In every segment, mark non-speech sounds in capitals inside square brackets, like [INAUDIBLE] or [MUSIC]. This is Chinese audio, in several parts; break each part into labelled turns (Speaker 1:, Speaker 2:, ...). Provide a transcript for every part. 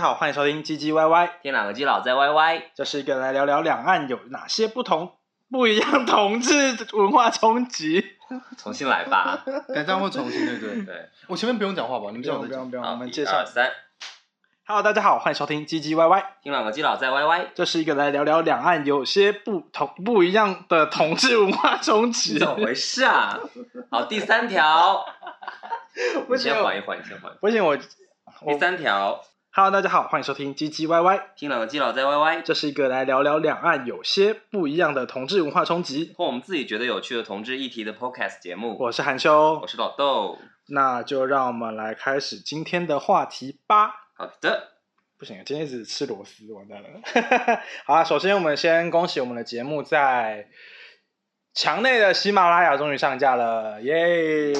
Speaker 1: 好，欢迎收听唧唧歪歪，
Speaker 2: 天哪，耳机老在 YY，
Speaker 1: 这是一个来聊聊两岸有哪些不同、不一样同志文化冲击。
Speaker 2: 重新来
Speaker 1: [LAUGHS]
Speaker 2: 吧。
Speaker 3: [LAUGHS] 哎，这样会重新对不对？
Speaker 2: 对，
Speaker 3: 我前面不用讲话吧？你们
Speaker 1: 不
Speaker 3: 这样
Speaker 1: 用
Speaker 3: 子
Speaker 1: 不用
Speaker 3: 讲。
Speaker 1: 不用，
Speaker 2: 好
Speaker 1: 我们
Speaker 2: 一
Speaker 1: 介绍
Speaker 2: 二。三，
Speaker 1: Hello，大家好，欢迎收听唧唧歪歪，
Speaker 2: 天哪，耳机老
Speaker 1: [LAUGHS]
Speaker 2: 在 YY，
Speaker 1: 这是一个来聊聊两岸有些不同、不一样的同志文化冲击
Speaker 2: 怎。么回事啊？好，第三条，
Speaker 1: [LAUGHS] 不
Speaker 2: 你
Speaker 1: 行
Speaker 2: 先，缓一缓，你先缓一
Speaker 1: 不行，我
Speaker 2: 缓。第三条，
Speaker 1: Hello，大家好，欢迎收听唧唧歪歪，
Speaker 2: 天哪，耳机老在 YY，
Speaker 1: 这是一个来聊聊两岸有些不一样的同志文化冲击。
Speaker 2: 或我们自己觉得有趣的同志议题的 podcast 节目。
Speaker 1: 我是韩修
Speaker 2: 我，是老豆。
Speaker 1: 那就让我们来开始今天的话题吧。
Speaker 2: 好的，
Speaker 1: 不行，今天一直吃螺丝，完蛋了。 [LAUGHS] 好啊，首先我们先恭喜我们的节目在墙内的喜马拉雅终于上架了，耶！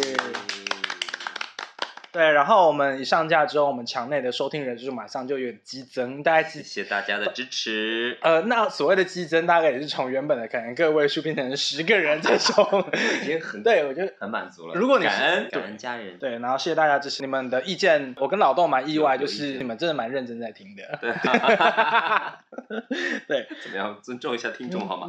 Speaker 1: 对，然后我们一上架之后，我们墙内的收听人数马上就有点激增，大概
Speaker 2: 谢
Speaker 1: 几
Speaker 2: 谢大家的支持。
Speaker 1: 呃，那所谓的激增，大概也是从原本的可能个位数变成十个人这种。 [LAUGHS]
Speaker 2: 已经很
Speaker 1: 对，我觉得
Speaker 2: 很满足了。
Speaker 1: 如果你是
Speaker 2: 感恩
Speaker 1: 对
Speaker 2: 感恩家人，
Speaker 1: 对，然后谢谢大家支持你们的意见，我跟老豆蛮意外，
Speaker 2: 有
Speaker 1: 就
Speaker 2: 有意
Speaker 1: 是
Speaker 2: 见
Speaker 1: 你们真的蛮认真在听的。
Speaker 2: 对，
Speaker 1: [LAUGHS] 对，
Speaker 2: [LAUGHS]
Speaker 1: 嗯
Speaker 2: 怎么样？尊重一下听众好吗？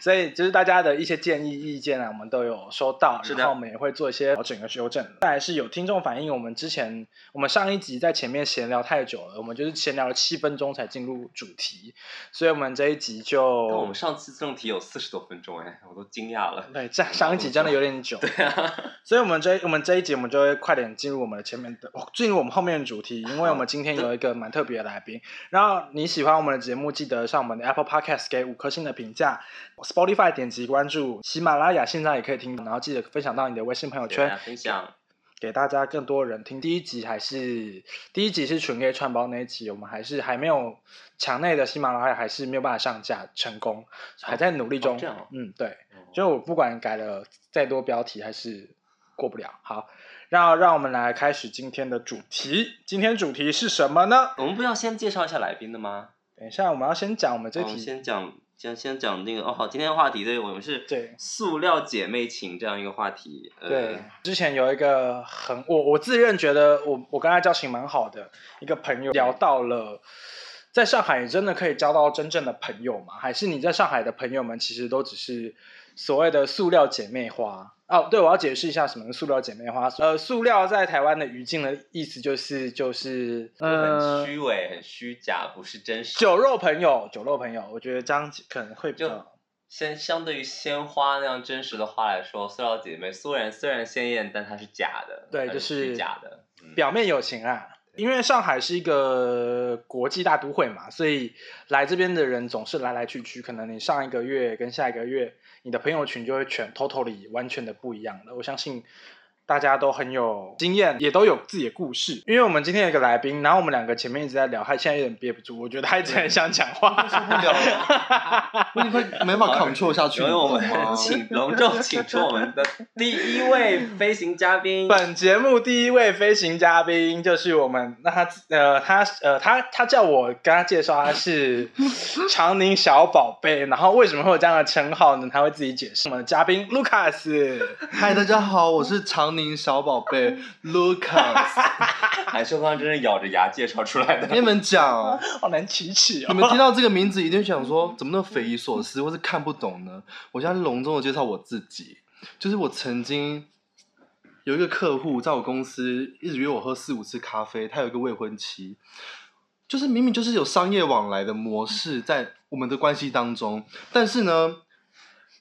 Speaker 1: 所以就是大家的一些建议、意见啊，我们都有收到，
Speaker 2: 是的
Speaker 1: 然后我们也会做一些调整和修正。再来是有听众反映，我们之前我们上一集在前面闲聊太久了，我们就是闲聊了七分钟才进入主题，所以我们这一集
Speaker 2: 但哦我们
Speaker 1: 就
Speaker 2: 上次正题有四十多分钟哎，我都惊讶了。
Speaker 1: 对
Speaker 2: [LAUGHS]
Speaker 1: 上上一集真的有点久，
Speaker 2: 对啊，
Speaker 1: [LAUGHS] 所以我们这我们这一集我们就会快点进入我们的前面的，哦进入我们后面的主题，因为我们今天有一个蛮特别的来宾。然后你喜欢我们的节目，记得上我们的 Apple Podcast 给五颗星的评价，Spotify 点击关注，喜马拉雅现在也可以听，然后记得分享到你的微信朋友
Speaker 2: 给大家
Speaker 1: 圈，
Speaker 2: 啊分享。
Speaker 1: 给大家更多人听。第一集还是第一集是纯 A 串包那一集，我们还是还没有墙内的喜马拉雅还是没有办法上架成功，还在努力中。
Speaker 2: 哦这样哦
Speaker 1: 嗯，对。
Speaker 2: 哦
Speaker 1: 就我不管改了再多标题，还是过不了。好，让让我们来开始今天的主题。今天主题是什么呢？
Speaker 2: 我们不要先介绍一下来宾的吗？
Speaker 1: 等一下，我们要先讲我们这
Speaker 2: 我们
Speaker 1: 题。
Speaker 2: 先讲，先先讲那个哦，好，今天的话题对，我们是
Speaker 1: 对
Speaker 2: 塑料姐妹情这样一个话题。呃、
Speaker 1: 对，，之前有一个很我我自认觉得我我跟他交情蛮好的一个朋友，聊到了在上海真的可以交到真正的朋友吗？还是你在上海的朋友们其实都只是所谓的塑料姐妹花？哦，对，我要解释一下什么是塑料姐妹花。呃，塑料在台湾的语境的意思就是就是
Speaker 2: 很
Speaker 1: 呃
Speaker 2: 虚伪，很虚假，不是真实。
Speaker 1: 酒肉朋友，酒肉朋友，我觉得这样可能会比
Speaker 2: 就
Speaker 1: 较。
Speaker 2: 先相对于鲜花那样真实的花来说，塑料姐妹虽然虽然鲜艳，但它是假的，
Speaker 1: 对
Speaker 2: 它
Speaker 1: 就是是
Speaker 2: 虚假的。嗯
Speaker 1: 表面友情啊，因为上海是一个国际大都会嘛，所以来这边的人总是来来去去。可能你上一个月跟下一个月，你的朋友群就会全 totally 完全的不一样了。我相信大家都很有经验，也都有自己的故事。因为我们今天有一个来宾，然后我们两个前面一直在聊，他现在有点憋不住，我觉得他一直很想讲话。
Speaker 2: [LAUGHS]
Speaker 3: 不然会没办法 control 下去，
Speaker 2: 所以我
Speaker 3: 你懂吗
Speaker 1: [LAUGHS]
Speaker 2: 们请隆重请出我们的第一位飞行嘉宾，
Speaker 1: 本节目第一位飞行嘉宾就是我们，那他呃他呃他他叫我跟他介绍他是长宁小宝贝，然后为什么会有这样的称号呢？他会自己解释。我们的嘉宾 Lucas，
Speaker 3: 嗨，大家好，我是长宁小宝贝 Lucas。
Speaker 2: [LAUGHS] 韩秀芳真是咬着牙介绍出来的。
Speaker 3: 跟你们讲，
Speaker 1: 好难启齿
Speaker 3: 你
Speaker 1: 哦。
Speaker 3: 们听到这个名字一定想说，怎么那么匪夷所思，或是看不懂呢？我现在隆重的介绍我自己，就是我曾经有一个客户在我公司一直约我喝四五次咖啡，他有一个未婚妻，就是明明就是有商业往来的模式在我们的关系当中，但是呢。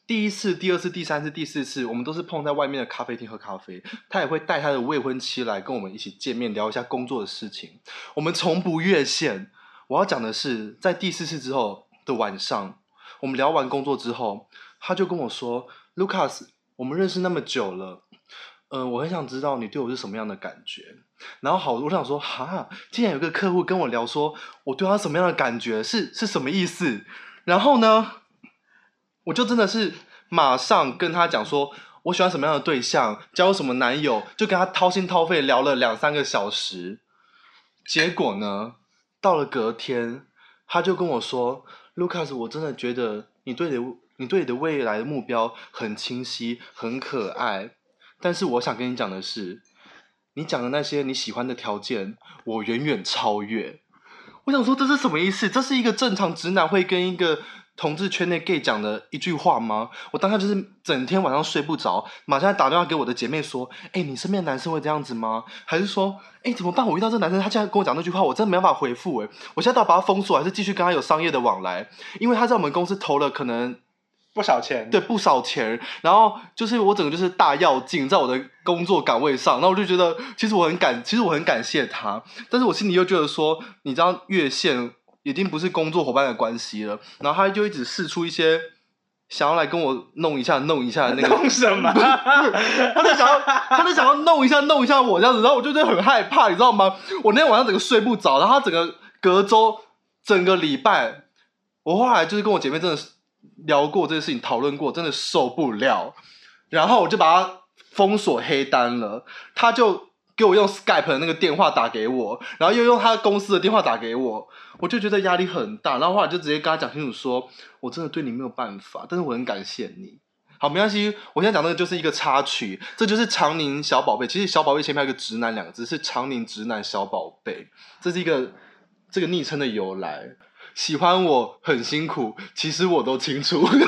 Speaker 3: 第一次、第二次、第三次、第四次，我们都是碰在外面的咖啡厅喝咖啡。他也会带他的未婚妻来跟我们一起见面，聊一下工作的事情。我们从不越线。我要讲的是，在第四次之后的晚上，我们聊完工作之后，他就跟我说：“Lucas，我们认识那么久了，嗯、我很想知道你对我是什么样的感觉。”然后好，我想说，哈，竟然有个客户跟我聊说我对他什么样的感觉是是什么意思？然后呢，我就真的是马上跟他讲说，我喜欢什么样的对象，交什么男友，就跟他掏心掏肺聊了两三个小时。结果呢，到了隔天，他就跟我说：“Lucas，我真的觉得你对你你对你的未来的目标很清晰，很可爱。但是我想跟你讲的是，你讲的那些你喜欢的条件，我远远超越。”我想说这是什么意思？这是一个正常直男会跟一个同志圈内 gay 讲的一句话吗？我当下就是整天晚上睡不着，马上打电话给我的姐妹说：“哎、你身边的男生会这样子吗？”还是说：“哎、怎么办？我遇到这男生，他竟然跟我讲那句话，我真的没办法回复。”哎，我现在到底把他封锁，还是继续跟他有商业的往来？因为他在我们公司投了可能
Speaker 1: 不少钱，
Speaker 3: 对，不少钱，然后就是我整个就是大跃进在我的工作岗位上，那我就觉得其实我很感，其实我很感谢他，但是我心里又觉得说，你知道越线已经不是工作伙伴的关系了，然后他就一直试出一些想要来跟我弄一下弄一下的那个
Speaker 1: 弄什么？
Speaker 3: 他就想要，他就想要弄一下弄一下我这样子，然后我就真的很害怕，你知道吗？我那天晚上整个睡不着，然后他整个隔周整个礼拜，我后来就是跟我姐妹真的是聊过这件事情，讨论过，真的受不了，然后我就把他封锁黑单了，他就。给我用 Skype 的那个电话打给我，然后又用他公司的电话打给我，我就觉得压力很大。然后后来就直接跟他讲清楚说，我真的对你没有办法，但是我很感谢你。好，没关系。我现在讲的就是一个插曲，这就是长宁小宝贝。其实小宝贝前面还有个直男两个字，是长宁直男小宝贝，这是一个这个昵称的由来。喜欢我很辛苦，其实我都清楚。 [LAUGHS] 这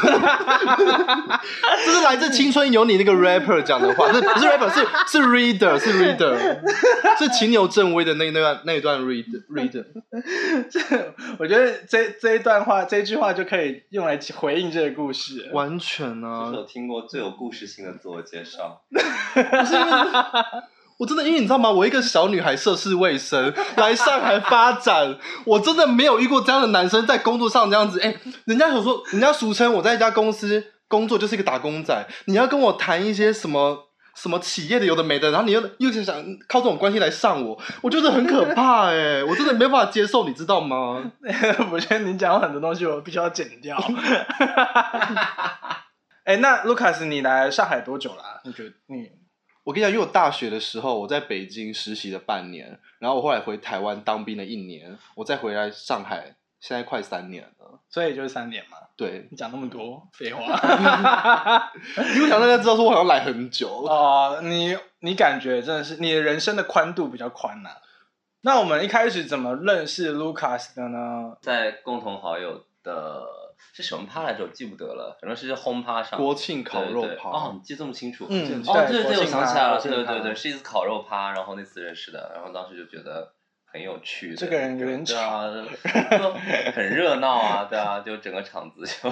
Speaker 3: 是来自《青春有你》那个 rapper 讲的话，是不是 rapper 是是 reader 是 reader 是秦牛正威的那那段那一段 reader reader。
Speaker 1: 这我觉得这这一段话，这句话就可以用来回应这个故事。 [LAUGHS]
Speaker 3: 完全
Speaker 2: 这
Speaker 3: 啊
Speaker 2: 是，我听过最有故事性的自我介绍。
Speaker 3: 我真的，因为你知道吗？我一个小女孩涉世未深，来上海发展，我真的没有遇过这样的男生在工作上这样子。哎、人家所说，人家俗称我在一家公司工作就是一个打工仔，你要跟我谈一些什么什么企业的有的没的，然后你又又想想靠这种关系来上我，我觉得很可怕哎、我真的没办法接受，你知道吗？
Speaker 1: 我觉得你讲了很多东西，我必须要剪掉。 [LAUGHS] 哎、那 Lucas，你来上海多久啦、你觉得你
Speaker 3: 我跟你讲，因为我大学的时候我在北京实习了半年，然后我后来回台湾当兵了一年，我再回来上海，现在快三年了。
Speaker 1: 所以就是三年嘛？
Speaker 3: 对，
Speaker 1: 你讲那么多废话 [LAUGHS]
Speaker 3: 因为想让大家知道说我好像来很久。
Speaker 1: 哦，你你感觉真的是你的人生的宽度比较宽呐、那我们一开始怎么认识 Lucas 的呢？
Speaker 2: 在共同好友的是什么趴来着？我记不得了，反正是轰趴上。
Speaker 3: 国庆烤肉
Speaker 2: 对对
Speaker 3: 趴
Speaker 2: 哦，你记这么清楚？
Speaker 1: 嗯
Speaker 2: 哦，
Speaker 1: 对
Speaker 2: 对
Speaker 1: 国
Speaker 2: 对，我
Speaker 1: 庆
Speaker 2: 想起
Speaker 1: 趴
Speaker 2: 来了，
Speaker 1: 国庆
Speaker 2: 对对对
Speaker 1: 趴
Speaker 2: 对，是一次烤肉趴，然后那次认识的，然后当时就觉得很有趣的。
Speaker 1: 这个人有点
Speaker 2: 对啊，就很热闹啊，对啊，就整个场子就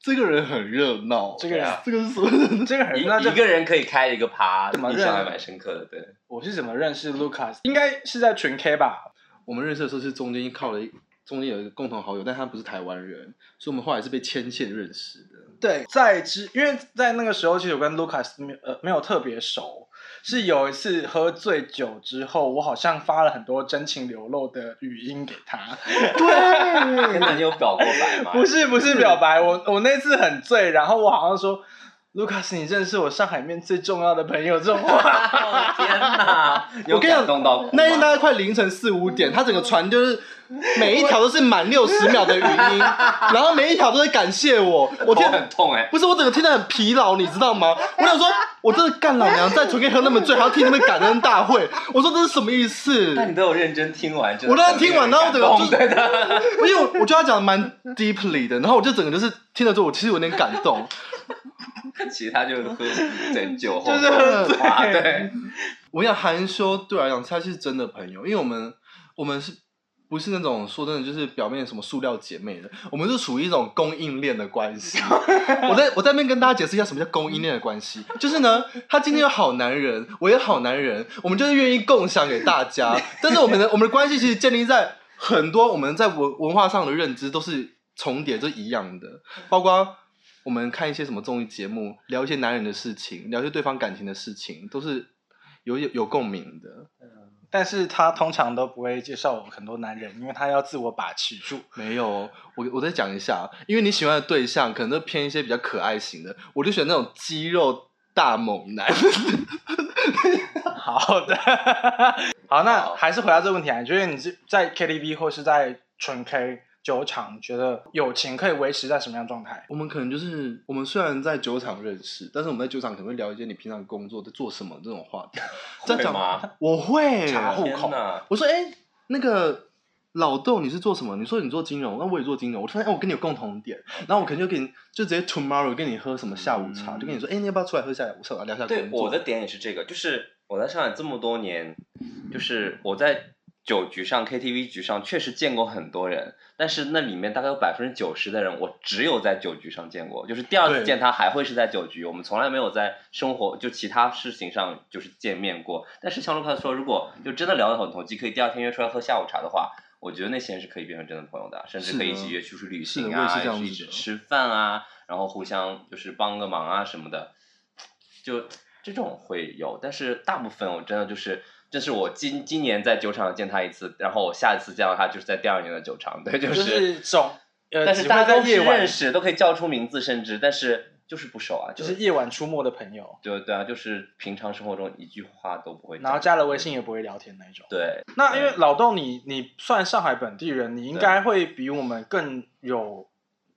Speaker 3: 这个人很热闹，
Speaker 1: 这个人
Speaker 3: 这个是什么？
Speaker 1: 这个
Speaker 2: 一
Speaker 1: 人 [LAUGHS] 那这
Speaker 2: 一个人可以开一个趴，
Speaker 1: 怎么
Speaker 2: 印
Speaker 1: 热
Speaker 2: 象
Speaker 1: 闹
Speaker 2: 还蛮深刻的，
Speaker 1: [LAUGHS]
Speaker 2: 对。
Speaker 1: 我是怎么认识 Lucas？应该是在群 K 吧？
Speaker 3: 我们认识的时候是中间靠了一中间有一个共同好友，但他不是台湾人，所以我们后来是被牵线认识的。
Speaker 1: 对，在之因为在那个时候，其实我跟 Lucas 没有呃没有特别熟，是有一次喝醉酒之后，我好像发了很多真情流露的语音给他， [LAUGHS]
Speaker 2: 天哪，你有表过白吗？
Speaker 1: 不是不是表白，我我那次很醉，然后我好像说。Lucas，你认识我上海面最重要的朋友这种话，
Speaker 2: 哦，天哪！你有
Speaker 3: 我跟你讲
Speaker 2: 感动到哭吗
Speaker 3: [LAUGHS] 那天大概快凌晨四五点，他整个传就是每一条都是满六十秒的语音，然后每一条都在感谢我。
Speaker 2: 头
Speaker 3: 我天，
Speaker 2: 很痛哎、
Speaker 3: 不是我整个听得很疲劳，你知道吗？我想说，我真的干老娘在纯 K 喝那么醉，还要听那么感恩大会，我说这是什么意思？
Speaker 2: 但你都有认真听完，真的
Speaker 3: 我那天听完，然后我整个就是，
Speaker 2: 对的， [LAUGHS]
Speaker 3: 因为我我觉得他讲的蛮 deeply 的，然后我就整个就是听了之后，我其实有点感动。
Speaker 2: 其他就是喝整酒后，
Speaker 1: 就是喝醉
Speaker 2: 哇，对，
Speaker 3: 我想含羞对我来讲，他是真的朋友，因为我们我们是不是那种说真的就是表面什么塑料姐妹的，我们是属于一种供应链的关系。我在我在那边跟大家解释一下什么叫供应链的关系，就是呢，他今天有好男人，我也好男人，我们就是愿意共享给大家，但是我们的我们的关系其实建立在很多我们在文文化上的认知都是重叠，都一样的，包括。我们看一些什么综艺节目，聊一些男人的事情，聊一些对方感情的事情，都是有有有共鸣的。
Speaker 1: 但是他通常都不会介绍我很多男人，因为他要自我把持住。 [LAUGHS]
Speaker 3: 没有哦，我我再讲一下，因为你喜欢的对象可能都偏一些比较可爱型的，我就选那种肌肉大猛男。 [LAUGHS]
Speaker 1: 好的， [LAUGHS] 好，那
Speaker 2: 好
Speaker 1: 还是回答这个问题啊，你觉得你是在 KTV 或是在纯 K 酒场，你觉得友情可以维持在什么样的状态？
Speaker 3: 我们可能就是我们虽然在酒场认识，但是我们在酒场可能会聊一些你平常工作在做什么这 [LAUGHS] 种话题。在
Speaker 2: 会
Speaker 3: 讲
Speaker 2: 吗？
Speaker 3: 我会
Speaker 1: 查户
Speaker 2: 天
Speaker 1: 口
Speaker 2: 哪！
Speaker 3: 我说哎、那个老豆你是做什么？你说你做金融，那我也做金融，我突然哎我跟你有共同点，然后我可能就给你就直接 tomorrow 跟你喝什么下午茶，
Speaker 2: 嗯
Speaker 3: 就跟你说哎你要不要出来喝下午茶聊一下
Speaker 2: 对
Speaker 3: 工，作？
Speaker 2: 我的点也是这个，就是我在上海这么多年，就是我在酒局上、KTV 局上确实见过很多人，但是那里面大概有百分之九十的人，我只有在酒局上见过，就是第二次
Speaker 3: 对
Speaker 2: 见他还会是在酒局，我们从来没有在生活就其他事情上就是见面过。但是像卢卡斯说，如果就真的聊得很投机，可以第二天约出来喝下午茶的话。我觉得那些人是可以变成真的朋友的，甚至
Speaker 3: 是
Speaker 2: 可以
Speaker 3: 的
Speaker 2: 一起约出去旅
Speaker 3: 是的
Speaker 2: 行
Speaker 3: 我
Speaker 2: 啊
Speaker 3: 也是，这样
Speaker 2: 一起一
Speaker 3: 子
Speaker 2: 起
Speaker 3: 的
Speaker 2: 吃饭啊，然后互相就是帮个忙啊什么的，就这种会有，但是大部分我真的就是，这是我今今年在酒厂见他一次，然后我下一次见到他就是在第二年的酒厂，对，就，
Speaker 1: 就是是总呃，
Speaker 2: 但是
Speaker 1: 只
Speaker 2: 大
Speaker 1: 会
Speaker 2: 家
Speaker 1: 在
Speaker 2: 都是
Speaker 1: 夜晚
Speaker 2: 认，识，都可以叫出名字，甚至但是就是不熟啊，
Speaker 1: 就
Speaker 2: 就是
Speaker 1: 夜晚出没的朋友，
Speaker 2: 对对啊，就是平常生活中一句话都不会讲，
Speaker 1: 然后加了微信也不会聊天那种。
Speaker 2: 对，嗯
Speaker 1: 那因为
Speaker 2: 对
Speaker 1: 老豆你你算上海本地人，你应该会比我们更有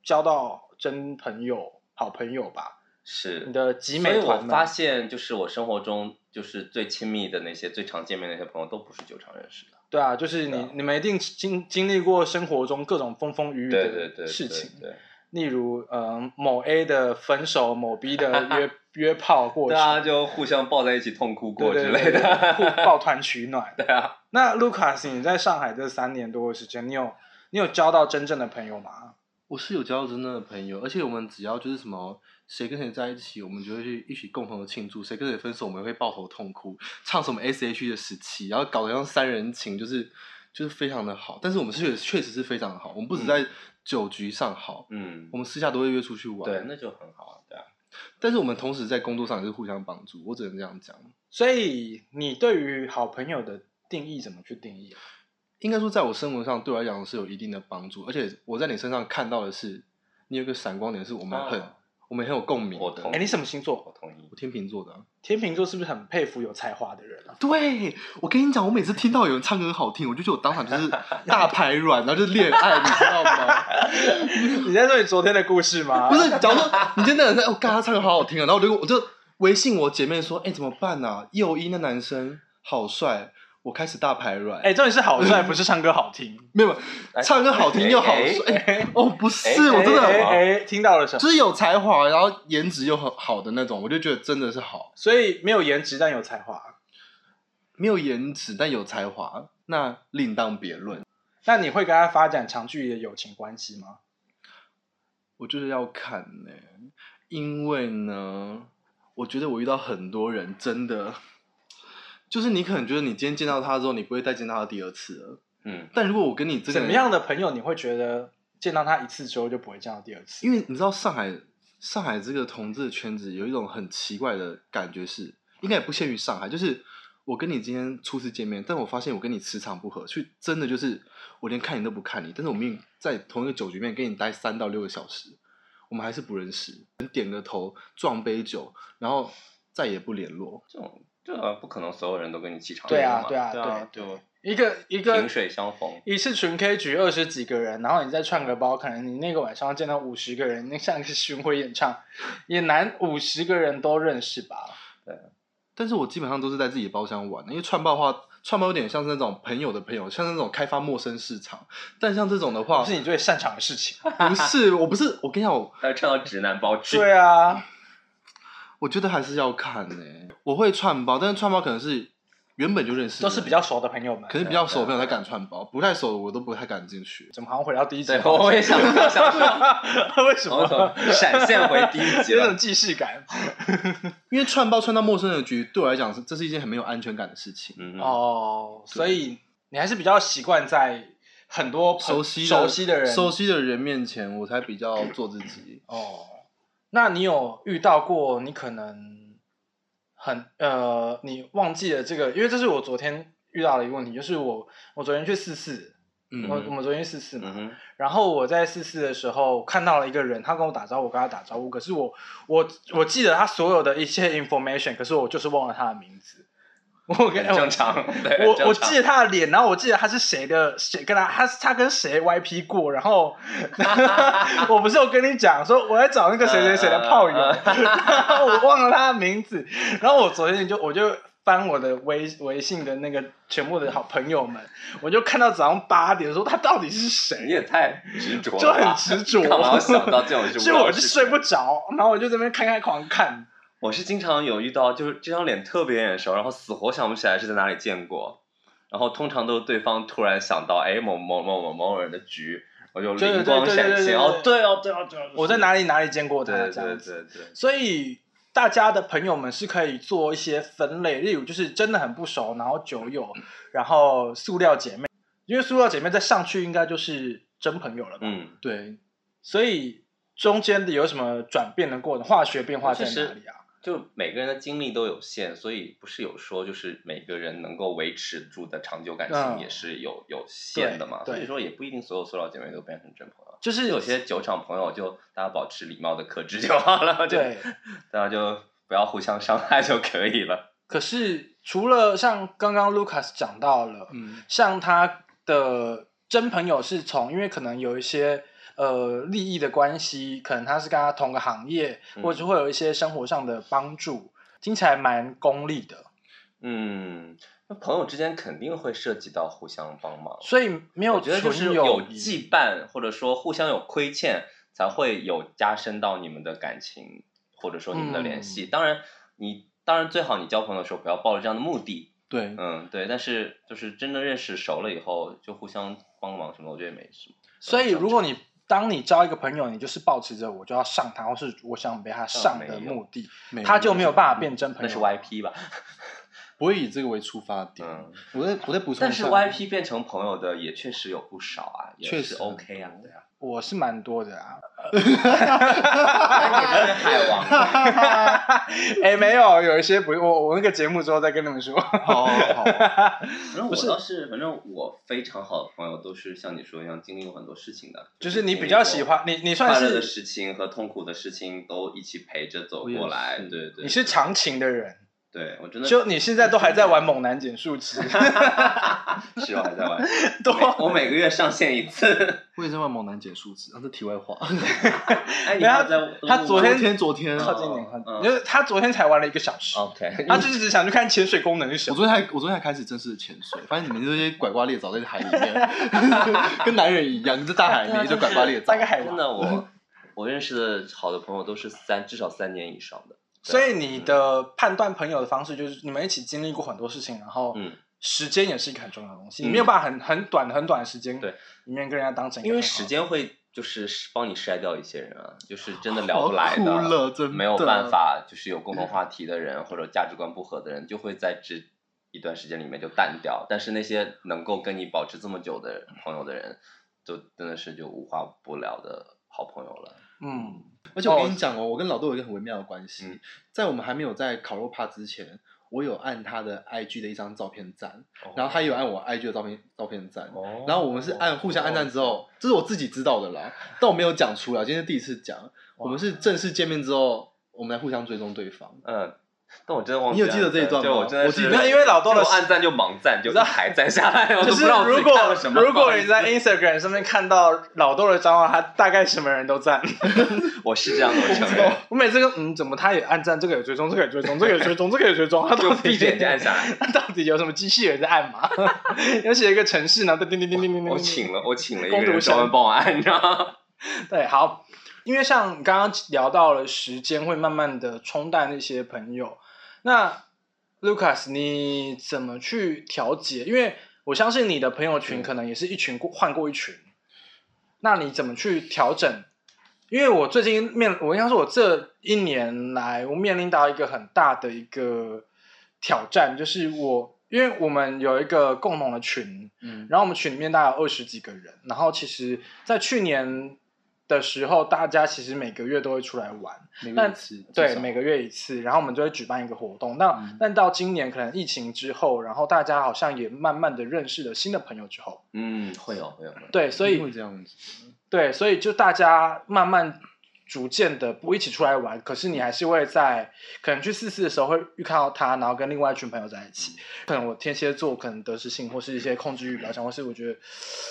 Speaker 1: 交到真朋友、好朋友吧？
Speaker 2: 是
Speaker 1: 你的集
Speaker 2: 所以
Speaker 1: 美
Speaker 2: 我
Speaker 1: 团
Speaker 2: 发
Speaker 1: 们
Speaker 2: 现，就是我生活中就是最亲密的那些、最常见面的那些朋友，都不是酒厂认识的。
Speaker 1: 对啊，就是你、
Speaker 2: 对啊
Speaker 1: 你们一定经经历过生活中各种风风雨雨
Speaker 2: 对对对，
Speaker 1: 的事情，
Speaker 2: 对对
Speaker 1: 例如呃某 A 的分手，某 B 的
Speaker 2: [LAUGHS]
Speaker 1: 约约炮过
Speaker 2: 对
Speaker 1: 程，
Speaker 2: 啊，就互相抱在一起痛哭过
Speaker 1: 对
Speaker 2: 之
Speaker 1: 对
Speaker 2: 类
Speaker 1: 对对互
Speaker 2: 的。
Speaker 1: 抱团取暖。
Speaker 2: [LAUGHS] 对啊，
Speaker 1: 那 Lucas，你在上海这三年多的时间，你有你有交到真正的朋友吗？
Speaker 3: 我是有交到真正的朋友，而且我们只要就是什么谁跟谁在一起，我们就会去一起共同的庆祝；谁跟谁分手，我们会抱头痛哭，唱什么 S H E 的时期，然后搞得像三人情，就是就是非常的好。但是我们确确实是非常好，我们不止在酒局上
Speaker 2: [LAUGHS]
Speaker 3: 好，
Speaker 2: 嗯
Speaker 3: 我，们私下都会约出去玩。
Speaker 2: 对，那就很好啊，对啊。
Speaker 3: 但是我们同时在工作上也是互相帮助，我只能这样讲。
Speaker 1: 所以你对于好朋友的定义怎么去定义啊？
Speaker 3: 应该说，在我生活上对我来讲是有一定的帮助，而且我在你身上看到的是，你有个闪光点，是
Speaker 1: 嗯
Speaker 3: 我们很、
Speaker 2: 哦
Speaker 3: 我们很有共鸣的。
Speaker 2: 我同
Speaker 1: 哎，你什么星
Speaker 2: 我
Speaker 1: 座？
Speaker 2: 同意
Speaker 3: 我。天秤座的啊、
Speaker 1: 天秤座是不是很佩服有才华的人啊？ [LAUGHS]
Speaker 3: 对，我跟你讲，我每次听到有人唱歌很好听，我就觉得我当场就是 [LAUGHS] 大排卵，然后就是恋爱，你知
Speaker 2: [LAUGHS]
Speaker 3: 道吗？
Speaker 1: 你在说你昨天的故事吗？
Speaker 3: 不是，假如说你真的很在，我、哦、干他唱歌好好听啊，然后我就我就微信我姐妹说，哎、怎么办啊？右一那男生好帅，我开始大排卵。
Speaker 1: 哎、重点是好帅，不是唱歌好听。
Speaker 3: 没有，唱歌好听又好
Speaker 2: 哎
Speaker 3: 帅、哦，不是，
Speaker 2: 哎
Speaker 3: 我
Speaker 1: 哎
Speaker 3: 真的
Speaker 1: 哎哎听到了什么？
Speaker 3: 就是有才华，然后颜值又很好的那种，我就觉得真的是好。
Speaker 1: 所以没有颜值但有才华。
Speaker 3: 没有颜值但有才华，那另当别论。
Speaker 1: 那你会跟他发展长距离的友情关系吗？
Speaker 3: 我就是要看呢、因为呢，我觉得我遇到很多人真的，就是你可能觉得你今天见到他之后，你不会再见到他第二次了。
Speaker 2: 嗯，
Speaker 3: 但如果我跟你这个
Speaker 1: 怎
Speaker 3: 人
Speaker 1: 么样？的朋友你会觉得见到他一次之后就不会见到第二次？
Speaker 3: 因为你知道上海，上海这个同志圈子有一种很奇怪的感觉是，应该也不限于上海，就是我跟你今天初次见面，但我发现我跟你磁场不合，去真的就是我连看你都不看你，但是我明明在同一个酒局里面跟你待三到六个小时，我们还是不认识，点个头撞杯酒，然后再也不联络。
Speaker 2: 这种这不可能所有人都跟你气场一
Speaker 1: 对
Speaker 2: 样
Speaker 1: 啊，
Speaker 2: 嘛。
Speaker 1: 对啊，
Speaker 2: 对
Speaker 1: 啊，
Speaker 2: 就
Speaker 1: 一个一个
Speaker 2: 萍水相逢。
Speaker 1: 一次群 K 局二十几个人，然后你再串个包，可能你那个晚上见到五十个人，那像个巡回演唱，也难五十个人都认识吧？
Speaker 3: 但是我基本上都是在自己包厢玩的，因为串爆的话，串爆有点像是那种朋友的朋友，像是那种开发陌生市场。但像这种的
Speaker 2: 哦
Speaker 3: 话，
Speaker 1: 不是你最擅长的事情。
Speaker 3: 不是，我不是，我跟你讲，我
Speaker 2: 但是唱到直男包去。
Speaker 1: 对啊，
Speaker 3: 我觉得还是要看呢、我会串包，但是串包可能是原本就认识的
Speaker 1: 都
Speaker 3: 人，
Speaker 1: 是比较熟的朋友们
Speaker 3: 可。能比较熟的朋友才敢串包，不太熟的我都不太敢进去。
Speaker 1: 怎么好像回到第一集
Speaker 2: 对，？我也想我想说，
Speaker 1: [LAUGHS]
Speaker 2: 哦
Speaker 1: 为什
Speaker 2: 我
Speaker 1: 么？
Speaker 2: 从闪现回第一集
Speaker 1: 有种
Speaker 2: 了。
Speaker 1: 既视感。
Speaker 3: 因为串包串到陌生人的局，对我来讲是这是一件很没有安全感的事情。
Speaker 2: 嗯，
Speaker 1: 哦，所以你还是比较习惯在很多朋
Speaker 3: 熟悉
Speaker 1: 熟悉的人
Speaker 3: 熟悉的人面前，我才比较做自己。
Speaker 1: 哦，那你有遇到过你可能很呃，你忘记了这个，因为这是我昨天遇到的一个问题，就是我我昨天去四四，我
Speaker 3: 嗯
Speaker 2: 嗯，
Speaker 1: 我们昨天去四四嘛，
Speaker 2: 嗯哼，
Speaker 1: 然后我在四四的时候看到了一个人，他跟我打招呼，我跟他打招呼，可是我我我记得他所有的一切 information，可是我就是忘了他的名字，我跟
Speaker 2: 很正常。 [LAUGHS] 对很
Speaker 1: 哎我我
Speaker 2: 正常
Speaker 1: 记得他的脸，然后我记得他是谁的谁跟他他他跟谁 YP 过，然
Speaker 2: [LAUGHS]
Speaker 1: 后 [LAUGHS] 我不是有跟你讲说我在找
Speaker 2: 嗯
Speaker 1: 那个谁谁谁的炮友，
Speaker 2: 嗯嗯
Speaker 1: 然后我忘了他的名字，然后我昨天就我就翻我的微微信的那个全部的好朋友们，我就看到早上八点说他到底是谁，
Speaker 2: 你也太执着了，
Speaker 1: 就很执着
Speaker 2: 干嘛要想到这
Speaker 1: [LAUGHS]
Speaker 2: 种事？
Speaker 1: 所以我就睡不着，然后我就在那边看看狂看，
Speaker 2: 我是经常有遇到，就是这张脸特别眼熟，然后死活想不起来是在哪里见过，然后通常都是对方突然想到，哎，某某某某某人的局，我就
Speaker 1: 对
Speaker 2: 灵光
Speaker 1: 对对
Speaker 2: 闪
Speaker 1: 对对
Speaker 2: 现，哦，对哦，对哦，对哦，
Speaker 1: 我在哪里哪里见过他
Speaker 2: 对
Speaker 1: 这
Speaker 2: 对
Speaker 1: 样子。
Speaker 2: 对对，
Speaker 1: 所以大家的朋友们是可以做一些分类，例如就是真的很不熟，然后酒友，
Speaker 2: 嗯
Speaker 1: 然后塑料姐妹，因为塑料姐妹再上去应该就是真朋友了吧？
Speaker 2: 嗯，
Speaker 3: 对，
Speaker 1: 所以中间的有什么转变的过程，化学变化在
Speaker 2: 其实
Speaker 1: 哪里啊？
Speaker 2: 就每个人的精力都有限，所以不是有说就是每个人能够维持住的长久感情
Speaker 1: 嗯
Speaker 2: 也是有、有限的嘛，
Speaker 1: 对
Speaker 2: 所
Speaker 1: 对
Speaker 2: 以说也不一定所有塑料姐妹都变成真朋友。
Speaker 1: 就是
Speaker 2: 有些酒场朋友就大家保持礼貌的克制就
Speaker 1: [LAUGHS]
Speaker 2: 好了，就
Speaker 1: 对，
Speaker 2: [LAUGHS] 大家就不要互相伤害就可以了。
Speaker 1: 可是除了像刚刚 Lucas 讲到了，
Speaker 3: 嗯，
Speaker 1: 像他的真朋友是从，因为可能有一些呃利益的关系，可能他是跟他同个行业，
Speaker 2: 嗯
Speaker 1: 或者会有一些生活上的帮助，听起来蛮功利的，
Speaker 2: 嗯，那朋友之间肯定会涉及到互相帮忙，
Speaker 1: 所以没有
Speaker 2: 我觉得就是
Speaker 1: 纯
Speaker 2: 有
Speaker 1: 谊
Speaker 2: 羁绊或者说互相有亏欠，才会有加深到你们的感情或者说你们的联
Speaker 1: 嗯
Speaker 2: 系。当然，你当然最好你交朋友的时候不要抱着这样的目的，
Speaker 3: 对，
Speaker 2: 嗯，对。但是就是真的认识熟了以后，就互相帮忙什么的，我觉得也没什么。
Speaker 1: 所以如果你当你交一个朋友，你就是保持着我就要上他，或是我想被他上的
Speaker 2: 嗯
Speaker 1: 目的，
Speaker 3: 没
Speaker 1: 他就没有办法变真朋
Speaker 2: 那
Speaker 1: 友。
Speaker 2: 是 YP 吧，
Speaker 3: 不会以这个为出发点。
Speaker 2: 嗯，
Speaker 3: 我再我再补充
Speaker 2: 但
Speaker 3: 一
Speaker 2: 是
Speaker 3: 下，
Speaker 2: YP 变成朋友的也确实有不少啊，也
Speaker 3: 确
Speaker 2: 是
Speaker 3: 实
Speaker 2: OK 啊，对啊。
Speaker 1: 我是蛮多的啊，
Speaker 2: [LAUGHS] 那你是 [LAUGHS] 海王吧，
Speaker 1: 哎、没有，有一些不，我我那个节目之后再跟你们说。
Speaker 3: 好好好，
Speaker 2: 反正我倒是，反正我非常好的朋友都是像你说一样经历过很多事情的，
Speaker 1: 就是你比较喜欢你，你算
Speaker 2: 快乐的
Speaker 1: 是
Speaker 2: 事情和痛苦的事情都一起陪着走
Speaker 3: 我也
Speaker 2: 过来，
Speaker 3: 是
Speaker 2: 对对，
Speaker 1: 你是长情的人，
Speaker 2: 对我真的
Speaker 1: 就你现在都还在玩猛男减速
Speaker 2: [LAUGHS]
Speaker 1: 器，
Speaker 2: 是我还在
Speaker 1: [LAUGHS]
Speaker 2: 玩，
Speaker 1: 对
Speaker 2: 我每个月上线一
Speaker 1: [LAUGHS]
Speaker 2: 次，
Speaker 3: 我也在问猛男减数值，啊，这题外话。
Speaker 2: 哎，你
Speaker 1: 没有他
Speaker 2: 还在
Speaker 1: 他昨
Speaker 3: 昨
Speaker 1: 天
Speaker 3: 天昨天，
Speaker 1: 靠
Speaker 3: [LAUGHS] 我
Speaker 1: 近一点，靠近一
Speaker 2: 嗯哦
Speaker 1: 点就是他昨天才玩了一个小时，
Speaker 2: OK，
Speaker 1: [LAUGHS] 他就是只想去看潜水功能是什
Speaker 3: 昨
Speaker 1: 么。
Speaker 3: 天还我昨天还开始正式的潜水，发现你们这些拐瓜裂枣在海里
Speaker 1: [LAUGHS]
Speaker 3: 面，跟男人一样，你这大海
Speaker 2: [LAUGHS]
Speaker 3: 里就拐瓜裂枣
Speaker 1: 大。概海
Speaker 2: 真
Speaker 1: 王，
Speaker 2: 的我我认识的好的朋友都是三至少三年以上的，
Speaker 1: 所以你的判断朋友的方式就是你们一起经历过很多事情，然后
Speaker 2: 嗯
Speaker 1: 时间也是一个很重要的东西，
Speaker 2: 嗯
Speaker 1: 你没有办法很很短很短的时间
Speaker 2: 对
Speaker 1: 里面跟人家当成一个
Speaker 2: 因为
Speaker 1: 很好
Speaker 2: 时
Speaker 1: 的
Speaker 2: 间会就是帮你筛掉一些人啊，就是真的聊
Speaker 3: 好
Speaker 2: 不来
Speaker 3: 哭
Speaker 2: 的，
Speaker 3: 了，真的
Speaker 2: 没有办。法，就是有共同
Speaker 3: [LAUGHS]
Speaker 2: 话题的人或者价值观不合的人，就会在这一段时间里面就淡掉。但是那些能够跟你保持这么久的朋友的人，就真的是就无话不聊的好朋友了。
Speaker 1: 嗯，
Speaker 3: 而且我跟你讲哦，我跟老豆有一个很微妙的关系，
Speaker 2: 嗯
Speaker 3: 在我们还没有在烤肉趴之前，我有按他的 IG 的一张照片赞，然后他也有按我 IG 的照片照片赞。
Speaker 2: 哦
Speaker 3: 然后我们是按互相按赞之后，这是我自己知道的啦，但我没有讲出来，今天是第一次讲。我们是正式见面之后，我们来互相追踪对方。
Speaker 2: 嗯。但我真的忘记
Speaker 3: 你有记得这一段吗
Speaker 2: 就我真的
Speaker 3: 我
Speaker 2: 是
Speaker 3: 记得
Speaker 1: 没有因为老豆的
Speaker 2: 就按赞就盲赞，就一排赞下来，我
Speaker 1: 可
Speaker 2: 都不
Speaker 1: 是
Speaker 2: 知道我自
Speaker 1: 如
Speaker 2: 己看了
Speaker 1: 果
Speaker 2: 什么。
Speaker 1: 如果你
Speaker 2: 不好
Speaker 1: 在 Instagram 上面看到老豆的账号，他大概什么人都
Speaker 2: [LAUGHS]
Speaker 1: 赞。
Speaker 2: 意思我是这样的，我承
Speaker 3: 我不 [LAUGHS]
Speaker 2: 认
Speaker 3: 知，
Speaker 1: 我每次跟嗯，怎么他也按赞，这个也追踪，这个也追踪，这个也追踪，这个也追踪，他到
Speaker 2: 就 [LAUGHS]
Speaker 1: 底
Speaker 2: 闭着眼睛按下来。
Speaker 1: 他到底有什么机器人在按嘛？ [LAUGHS] 要写一个程式，然后叮叮叮叮叮叮。
Speaker 2: 我请了，我请了一个
Speaker 1: 攻读
Speaker 2: 人
Speaker 1: 生
Speaker 2: 专门帮我按，你知道吗？
Speaker 1: 对，好，因为像你刚刚聊到了时间会慢慢的冲淡那些朋友，那 Lucas 你怎么去调节？因为我相信你的朋友群
Speaker 3: 对
Speaker 1: 可能也是一群过换过一群，那你怎么去调整？因为我最近面，我应该说，我这一年来，我面临到一个很大的一个挑战，就是我，因为我们有一个共同的群，
Speaker 3: 嗯，
Speaker 1: 然后我们群里面大概有二十几个人，然后其实，在去年的时候，大家其实每个月都会出来玩，
Speaker 3: 每个
Speaker 1: 但
Speaker 3: 人吃
Speaker 1: 对，
Speaker 3: 至少
Speaker 1: 每个月一次，然后我们就会举办一个活动。那、
Speaker 3: 嗯
Speaker 1: 但到今年可能疫情之后，然后大家好像也慢慢的认识了新的朋友之后，
Speaker 2: [LAUGHS] 嗯，会有会有。会有
Speaker 1: 对，所
Speaker 3: 一定
Speaker 1: 以
Speaker 3: 会这样子。
Speaker 1: 对，所以就大家慢慢逐渐的不一起出来玩，可是你还是会在可能去试试的时候会遇看到他，然后跟另外一群朋友在一起。可能我天蝎座，可能得失性或是一些控制欲比较强，或是我觉得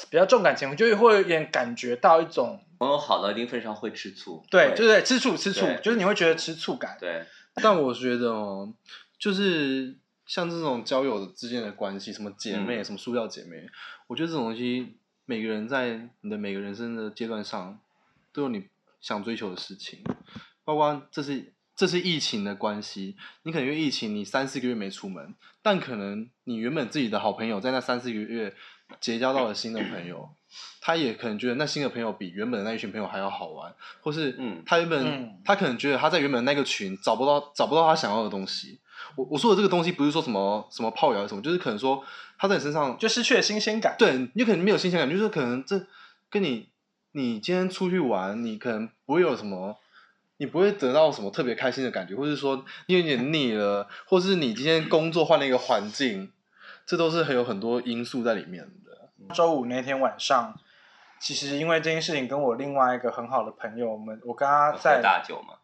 Speaker 1: 比较重感情，我就会有点感觉到一种
Speaker 2: 朋友好到一定份上会吃醋，
Speaker 1: 对，
Speaker 2: 会
Speaker 1: 就是吃醋吃醋
Speaker 2: 对，
Speaker 1: 就是你会觉得吃醋感。
Speaker 2: 对，
Speaker 3: 但我觉得哦，就是像这种交友之间的关系，什么姐妹，
Speaker 2: 嗯
Speaker 3: 什么塑料姐妹，我觉得这种东西，每个人在你的每个人生的阶段上，都有你想追求的事情，包括这是这是疫情的关系，你可能因为疫情，你三四个月没出门，但可能你原本自己的好朋友在那三四个月结交到了新的朋友，他也可能觉得那新的朋友比原本的那一群朋友还要好玩，或是
Speaker 2: 嗯
Speaker 3: 他原本、
Speaker 1: 嗯
Speaker 3: 他可能觉得他在原本那个群找不到找不到他想要的东西。我我说的这个东西不是说什么什么泡友还是什么，就是可能说他在你身上
Speaker 1: 就失去了新鲜感。
Speaker 3: 对你可能没有新鲜感，就是可能这跟你你今天出去玩，你可能不会有什么，你不会得到什么特别开心的感觉，或是说你有点腻了，或是你今天工作换了一个环境，这都是很有很多因素在里面
Speaker 2: [LAUGHS]
Speaker 3: 的。
Speaker 1: 周五那天晚上，其实因为这件事情，跟我另外一个很好的朋友，我们我跟他
Speaker 2: 喝
Speaker 1: 在
Speaker 2: 大酒嘛，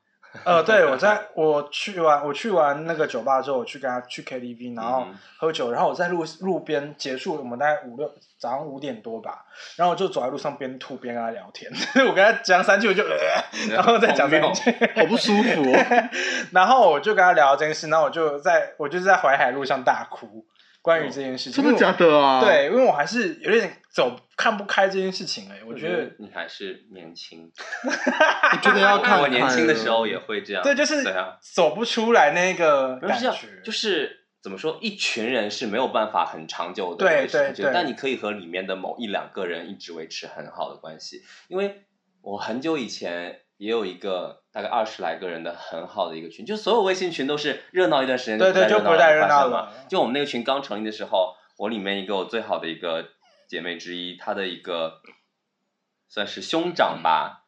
Speaker 1: 呃，对我在我去完我去完那个酒吧之后，我去跟他去 KTV，然后
Speaker 2: 嗯哼
Speaker 1: 喝酒，然后我在路路边结束，我们大概五六早上五点多吧，然后我就走在路上边吐边跟他聊天， [LAUGHS] 我跟他讲三句我就， [LAUGHS] 呃、然后再讲
Speaker 2: 荒
Speaker 1: 三
Speaker 2: 谬
Speaker 1: 句，
Speaker 3: 好不舒服哦！
Speaker 1: [LAUGHS] 然后我就跟他聊这件事，然后我就在我就是在淮海路上大哭，关于这件事情，
Speaker 3: 真的假的啊？
Speaker 1: 因为我？，对，因为我还是有点走看不开这件事情哎、我
Speaker 2: 我
Speaker 1: 觉
Speaker 2: 觉
Speaker 1: 得
Speaker 2: 得你还是年轻。
Speaker 3: 我觉
Speaker 2: [LAUGHS]
Speaker 3: 得要看
Speaker 2: 我年
Speaker 3: 开
Speaker 2: 轻的
Speaker 3: 了
Speaker 2: 时候也会这样。
Speaker 1: 对，就是
Speaker 2: 对啊，
Speaker 1: 走不出来那个
Speaker 2: 不是
Speaker 1: 感
Speaker 2: 这样
Speaker 1: 觉，，
Speaker 2: 就是怎么说，一群人是没有办法很长久的
Speaker 1: 对
Speaker 2: 维持很久
Speaker 1: 对对
Speaker 2: 但你可以和里面的某一两个人一直维持很好的关系。因为我很久以前也有一个大概二十来个人的很好的一个群，就所有微信群都是热闹一段时间，
Speaker 1: 对对就
Speaker 2: 就
Speaker 1: 不太热闹
Speaker 2: 闹
Speaker 1: 了
Speaker 2: 嘛。就我们那个群刚成立的时候，我里面一个我最好的一个姐妹之一，她的一个算是兄长吧。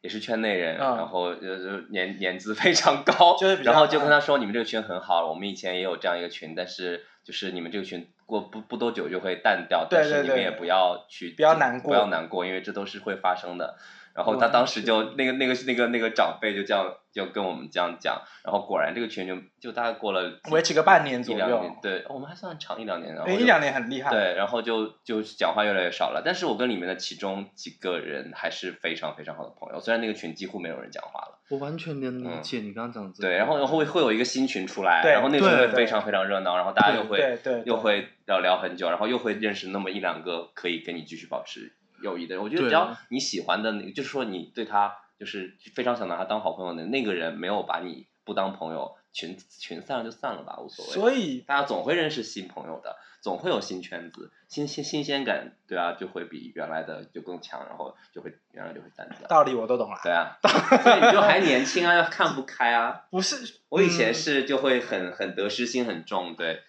Speaker 2: 也是圈内人，
Speaker 1: 嗯
Speaker 2: 然后呃就是年年资非常高，
Speaker 1: 就是比较嗯
Speaker 2: 然后就跟他说你们这个群很好，我们以前也有这样一个群，但是就是你们这个群过不不多久就会淡掉，
Speaker 1: 对
Speaker 2: 但
Speaker 1: 对
Speaker 2: 是你们
Speaker 1: 对
Speaker 2: 也不要去
Speaker 1: 不要难
Speaker 2: 不
Speaker 1: 过
Speaker 2: 要难过，因为这都是会发生的。然后他
Speaker 1: 哇
Speaker 2: 当时就那个那个那个那个长辈就这样就跟我们这样讲，然后果然这个群就就大概过了
Speaker 1: 维持个半年
Speaker 2: 一
Speaker 1: 左
Speaker 2: 两年
Speaker 1: 右，，
Speaker 2: 对，哦我们还算长一两年，然后
Speaker 1: 哎，
Speaker 2: 就
Speaker 1: 一两年很厉害，
Speaker 2: 对，然后就就讲话越来越少了。但是我跟里面的其中几个人还是非常非常好的朋友，虽然那个群几乎没有人讲话了。
Speaker 3: 我完全能
Speaker 1: 嗯
Speaker 3: 理解你刚刚讲的这个。
Speaker 2: 对，然后然后会会有一个新群出来，
Speaker 1: 对
Speaker 2: 然后那个群
Speaker 3: 对
Speaker 2: 会非常非常热闹，然后大家又会
Speaker 1: 对对对
Speaker 2: 又会聊聊很久，然后又会认识那么一两个可以跟你继续保持友谊的人。我觉得
Speaker 3: 对
Speaker 2: 只要你喜欢的那个，就是说你对他就是非常想拿他当好朋友的那个人，没有把你不当朋友，群群散了就散了吧，无所谓。
Speaker 1: 所以
Speaker 2: 大家总会认识新朋友的，总会有新圈子，新新新鲜感，对啊，就会比原来的就更强，然后就会原来就会淡掉。
Speaker 1: 道理我都懂了，
Speaker 2: 对啊，所以你就还年轻啊，看不开啊。
Speaker 1: 不是
Speaker 2: 我以前是就会很很得失心很重，对，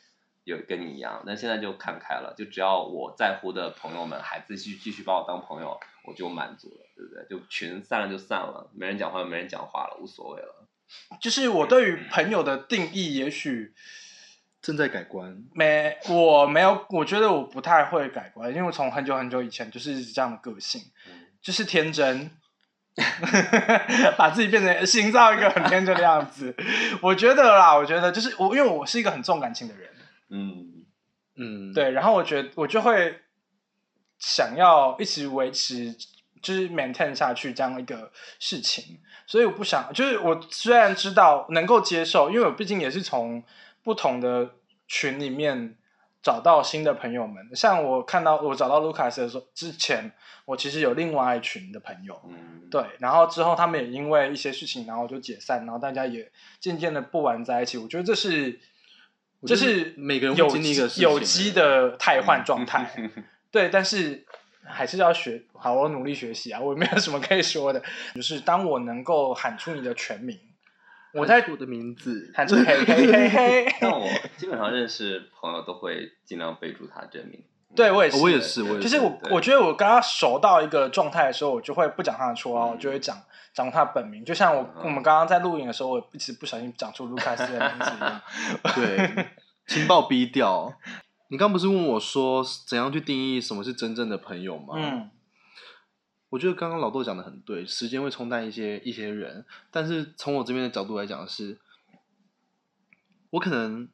Speaker 2: 有跟你一样，但现在就看开了，就只要我在乎的朋友们还继续继续把我当朋友，我就满足了，对不对？就群散了就散了，没人讲话就没人讲话了，无所谓了。
Speaker 1: 就是我对于朋友的定义，也许
Speaker 3: 正在改观，
Speaker 1: 没我没有，我觉得我不太会改观，因为我从很久很久以前就是一直这样的个性，就是天真。 [LAUGHS] 把自己变成营造一个很天真的样子，我觉得啦，我觉得就是我，因为我是一个很重感情的人，
Speaker 2: 嗯，
Speaker 3: 嗯，，
Speaker 1: 对，然后我觉得我就会想要一直维持，就是 maintain 下去这样一个事情，所以我不想，就是我虽然知道能够接受，因为我毕竟也是从不同的群里面找到新的朋友们，像我看到我找到 Lucas 的时候，之前我其实有另外一群的朋友，
Speaker 2: 嗯，，
Speaker 1: 对，然后之后他们也因为一些事情，然后就解散，然后大家也渐渐的不玩在一起。我觉得这是，
Speaker 3: 我
Speaker 1: 这
Speaker 3: 觉得
Speaker 1: 是
Speaker 3: 每个人会
Speaker 1: 有
Speaker 3: 经历一
Speaker 1: 机
Speaker 3: 个事
Speaker 1: 有
Speaker 3: 情
Speaker 1: 机
Speaker 3: 欸
Speaker 1: 的汰换
Speaker 3: 嗯
Speaker 1: 状态。对，但是还是要学，好，我努力学习啊，我没有什么可以说的。就是当我能够喊出你的全
Speaker 3: [LAUGHS]
Speaker 1: 名，我在
Speaker 3: 我的名字，
Speaker 1: 喊出嘿嘿嘿
Speaker 3: [LAUGHS]
Speaker 1: 嘿
Speaker 2: 但我基本上认识朋友都会尽量备注他真名。
Speaker 1: 对我也是，
Speaker 3: 哦我也是，我也，
Speaker 1: 就是是我，
Speaker 2: 对
Speaker 1: 我觉得我跟他熟到一个状态的时候，我就会不讲他的绰号，
Speaker 2: 嗯
Speaker 1: 我就会讲讲他的本名。就像我、
Speaker 2: 嗯
Speaker 1: 我们刚刚在录影的时候，我一直不小心讲出卢卡斯的名字一样。
Speaker 3: 对，
Speaker 1: [LAUGHS]
Speaker 3: 情报逼掉。你刚不是问我说怎样去定义什么是真正的朋友吗？，
Speaker 1: 嗯，
Speaker 3: 我觉得刚刚老豆讲的很对，时间会冲淡一些一些人，但是从我这边的角度来讲是，我可能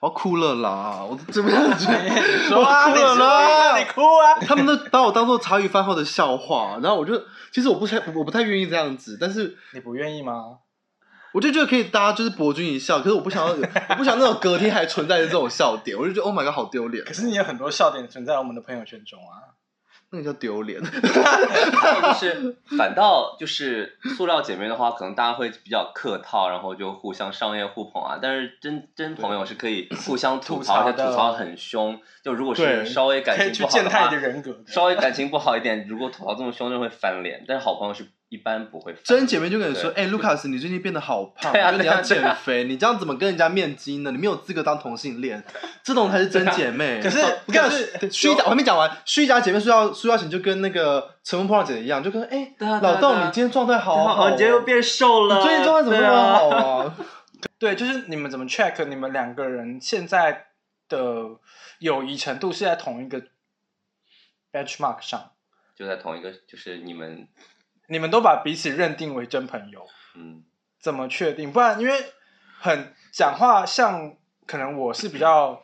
Speaker 3: 我要哭了啦，我怎么样觉得
Speaker 1: 说啊，哎
Speaker 3: 我
Speaker 1: 你
Speaker 3: 哭
Speaker 1: 说啊，
Speaker 3: 了
Speaker 1: 你
Speaker 3: 啦。
Speaker 1: 哭啊。 [LAUGHS]
Speaker 3: 他们都把我当做茶余饭后的笑话，然后我就其实我不太我不太愿意这样子，但是
Speaker 1: 你不愿意吗？
Speaker 3: 我就觉得可以，大家就是博君一笑。可是我不想要有，我不想那种隔天还存在着这种笑点，我就觉得 Oh my god，好丢脸
Speaker 1: 可。是你有很多笑点存在我们的朋友圈中啊。
Speaker 3: 那个叫丢脸。
Speaker 2: 就是反倒就是塑料姐妹的话，可能大家会比较客套，然后就互相商业互捧啊。但是真真朋友是可以互相
Speaker 3: [LAUGHS]
Speaker 2: 吐槽，
Speaker 1: 吐槽
Speaker 2: 而
Speaker 1: 的
Speaker 2: 且吐槽得很凶。就如果
Speaker 3: 对
Speaker 2: 是稍微感
Speaker 1: 可以
Speaker 2: 情
Speaker 1: 去
Speaker 2: 不好
Speaker 1: 践
Speaker 2: 的
Speaker 1: 踏你
Speaker 2: 话
Speaker 1: 的，人格的。
Speaker 2: 稍微感情不好一点，如果吐槽这么凶，就会翻脸。但是好朋友是一般不会翻脸。
Speaker 3: 真姐妹就跟你说：“
Speaker 2: 对
Speaker 3: 哎、卢卡斯，你最近变得好胖，
Speaker 2: 对啊
Speaker 3: 我觉得你要
Speaker 2: 对啊对
Speaker 3: 减
Speaker 2: 啊
Speaker 3: 肥，你这样怎么跟人家面基呢？你没有资格当同性恋，这种才是
Speaker 2: 啊
Speaker 3: 真姐妹。
Speaker 1: 可是
Speaker 3: 哦你看
Speaker 1: 可是
Speaker 3: 对虚假，我还没讲完，虚假姐妹苏耀苏耀琴就跟那个乘风破浪姐姐一样，就跟哎、
Speaker 2: 对啊对啊
Speaker 3: 老豆，
Speaker 2: 对
Speaker 3: 你
Speaker 2: 啊
Speaker 3: 今天状态好
Speaker 2: 对啊
Speaker 3: 好、哦，
Speaker 2: 你今天又变瘦了，
Speaker 3: 你最近状态怎么
Speaker 2: 对
Speaker 3: 那么好啊？
Speaker 1: 对，就是你们怎么 check 你们两个人现在的友谊程度是在同一个 benchmark 上？
Speaker 2: 就在同一个，就是你们，
Speaker 1: 你们都把彼此认定为真朋友，
Speaker 2: 嗯，
Speaker 1: 怎么确定？不然因为很讲话像，可能我是比较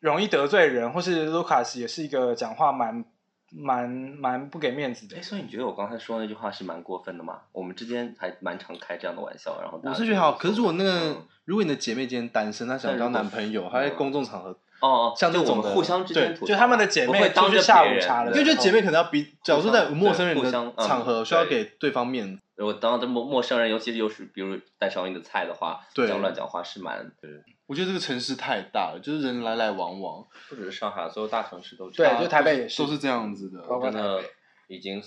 Speaker 1: 容易得罪人，或是 Lucas 也是一个讲话蛮蛮蛮不给面子的
Speaker 2: 哎，。所以你觉得我刚才说的那句话是蛮过分的吗？我们之间还蛮常开这样的玩笑，然后大
Speaker 3: 我
Speaker 2: 家
Speaker 3: 是觉得好，可是如果那个、
Speaker 2: 嗯
Speaker 3: 如果你的姐妹今天单身，她想交男朋友，她在公众场合，
Speaker 2: 哦哦，
Speaker 3: 像这
Speaker 2: 就我
Speaker 3: 种
Speaker 2: 们
Speaker 3: 的
Speaker 2: 互相之
Speaker 3: 对
Speaker 2: 间吐槽，
Speaker 1: 就她们的姐妹
Speaker 2: 不会当
Speaker 1: 出去
Speaker 2: 着
Speaker 1: 下
Speaker 2: 别
Speaker 1: 午
Speaker 2: 人
Speaker 1: 茶了
Speaker 3: 因
Speaker 1: 对
Speaker 3: 为
Speaker 2: 对
Speaker 3: 觉得姐妹可能要比，假如说在
Speaker 2: 互相
Speaker 3: 陌生人
Speaker 2: 对
Speaker 3: 的
Speaker 2: 互相嗯
Speaker 3: 场合，需要
Speaker 2: 对
Speaker 3: 给对方面子。
Speaker 2: 如果当着陌陌生人，尤其是又是比如带上你的菜的话，
Speaker 3: 对
Speaker 2: 这样乱讲话是蛮，对
Speaker 3: 我觉得这个城市太大了，就是人来来往往。
Speaker 2: 不只是上海，所有大城市都啊这
Speaker 1: 对
Speaker 2: 样。
Speaker 1: 就台北也是
Speaker 3: 都是这样子的。
Speaker 1: 包括
Speaker 2: 真
Speaker 3: [LAUGHS]
Speaker 1: 台
Speaker 2: 的
Speaker 1: 北。
Speaker 2: 已经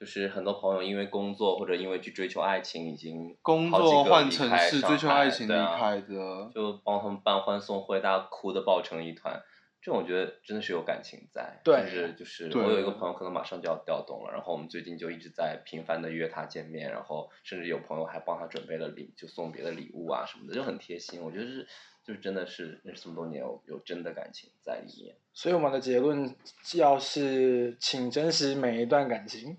Speaker 2: 就是很多朋友因为工作或者因为去追求爱情，已经
Speaker 3: 工
Speaker 2: 好几
Speaker 3: 作
Speaker 2: 个
Speaker 3: 换
Speaker 2: 离
Speaker 3: 城
Speaker 2: 开
Speaker 3: 市，
Speaker 2: 上
Speaker 3: 追求
Speaker 2: 海
Speaker 3: 爱情离
Speaker 2: 对啊
Speaker 3: 开的。
Speaker 2: 就帮他们办欢送会，大家哭的抱成一团。这种我觉得真的是有感情在，
Speaker 1: 对
Speaker 2: 就是就是
Speaker 3: 对
Speaker 2: 我有一个朋友可能马上就要调动了，然后我们最近就一直在频繁的约他见面，然后甚至有朋友还帮他准备了礼，就送别的礼物啊什么的，就很贴心。我觉得是就是真的是认识这么多年有有真的感情在里面。
Speaker 1: 所以我们的结论要是，请珍惜每一段感情。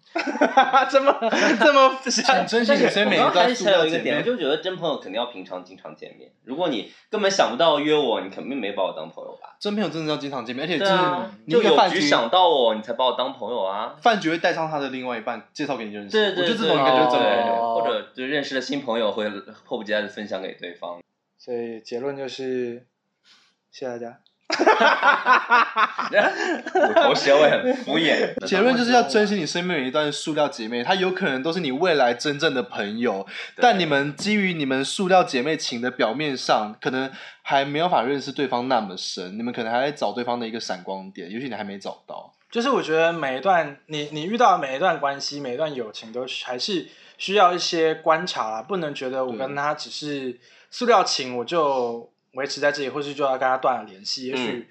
Speaker 1: 这么这
Speaker 2: [LAUGHS]
Speaker 1: 么，
Speaker 3: 请珍惜
Speaker 2: 但是
Speaker 3: 你身边每
Speaker 2: 我刚
Speaker 3: 一
Speaker 2: 刚
Speaker 3: 段
Speaker 2: 还
Speaker 3: 塑
Speaker 2: 是想
Speaker 3: 料
Speaker 2: 有一个
Speaker 3: 姐
Speaker 2: 点，我啊
Speaker 3: 妹。
Speaker 2: 就觉得真朋友肯定要平常经常见面。如果你根本想不到约我，你肯定没把我当朋友吧？
Speaker 3: 真朋友真的要经常见面，而且就
Speaker 2: 对
Speaker 3: 是
Speaker 2: 啊，
Speaker 3: 你
Speaker 2: 就
Speaker 3: 一个
Speaker 2: 有
Speaker 3: 饭
Speaker 2: 局
Speaker 3: 局，
Speaker 2: 想到我，你才把我当朋友啊。
Speaker 3: 饭局会带上他的另外一半，介绍给你认识。
Speaker 2: 对对
Speaker 3: 我
Speaker 2: 对，哦
Speaker 3: 觉得这种感觉
Speaker 1: 对
Speaker 3: 真
Speaker 1: 对
Speaker 3: 的
Speaker 1: 对
Speaker 3: 好。
Speaker 2: 或者就认识的新朋友会迫不及待的分享给对方。
Speaker 1: 所以结论就是，谢谢大家。
Speaker 2: 同时我也很敷衍。
Speaker 3: 结论就是要珍惜你身边每一段塑料姐妹，她有可能都是你未来真正的朋友，
Speaker 2: 对
Speaker 3: 但你们基于你们塑料姐妹情的表面上，可能还没有办法认识对方那么深，你们可能还在找对方的一个闪光点，也许你还没找到。
Speaker 1: 就是我觉得每一段你你遇到的每一段关系、每一段友情，都是还是需要一些观察啦，不能觉得我
Speaker 3: 对
Speaker 1: 跟他只是塑料情，我就维持在这里，或是就要跟他断了联系。也许、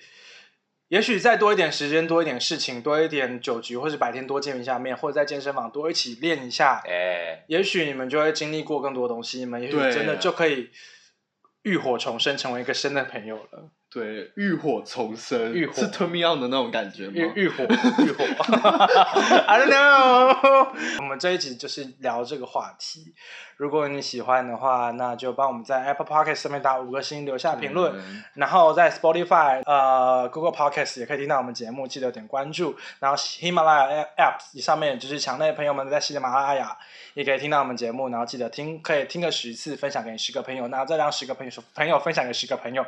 Speaker 1: 也许再多一点时间、多一点事情、多一点酒局，或是白天多见一下面，或者在健身房多一起练一下， [LAUGHS]
Speaker 2: 哎，
Speaker 1: 也许你们就会经历过更多东西，你们也许
Speaker 3: 对啊
Speaker 1: 真的就可以浴火重生，成为一个新的朋友了。
Speaker 3: 对，浴火重生，
Speaker 1: 浴火
Speaker 3: 是 turn me on 的那种感觉吗？
Speaker 1: 浴浴
Speaker 3: [LAUGHS]
Speaker 1: 火，浴火 [LAUGHS] ，I don't know。我们这一集就是聊这个话题。如果你喜欢的话，那就帮我们在 Apple Podcast 上面打五个星，留下评论。
Speaker 3: 嗯
Speaker 1: 然后在 Spotify、呃 Google Podcast 也可以听到我们节目，记得点关注。然后喜马拉雅 App 上面就是墙内的朋友们在喜马拉雅也可以听到我们节目，然后记得听，可以听个十次，分享给十个朋友，那再让十个朋友朋友分享给十个朋友，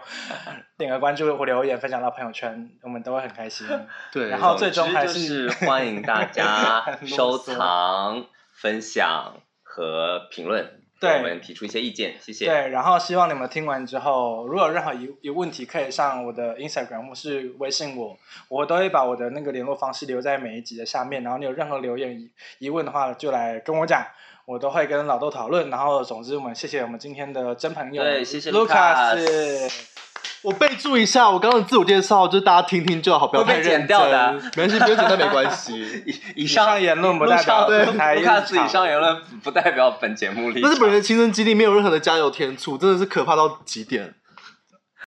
Speaker 1: 点个关注或留言分享到朋友圈，我们都会很开心。
Speaker 3: 对，
Speaker 1: 然后最终还
Speaker 2: 总之
Speaker 1: 是
Speaker 2: 就是欢迎大家
Speaker 1: 啰嗦
Speaker 2: 收藏、分享和评论，
Speaker 1: 对
Speaker 2: 给我们提出一些意见，谢谢。
Speaker 1: 对，然后希望你们听完之后，如果有任何疑疑问题，可以上我的 Instagram 或是微信我，我都会把我的那个联络方式留在每一集的下面。然后你有任何留言疑疑问的话，就来跟我讲，我都会跟老豆讨论。然后总之，我们谢谢我们今天的真朋友，
Speaker 2: 对谢谢
Speaker 1: Lucas，
Speaker 3: 我备注一下，我刚刚的自我介绍，就是大家听听就好，不要
Speaker 2: 会被
Speaker 3: 太认
Speaker 2: 剪掉的啊
Speaker 3: 真没关系，不用剪掉没关 [LAUGHS] 系。
Speaker 2: 以以
Speaker 1: 以
Speaker 2: 上
Speaker 1: 上言论不代表
Speaker 2: 对，
Speaker 1: 本台
Speaker 2: 不看自
Speaker 1: 立
Speaker 2: 以
Speaker 1: 场
Speaker 2: 上言论不代表本节目立
Speaker 3: 但是本
Speaker 2: 场。
Speaker 3: 人亲身经历，没有任何的加油添醋，真的是可怕到极点。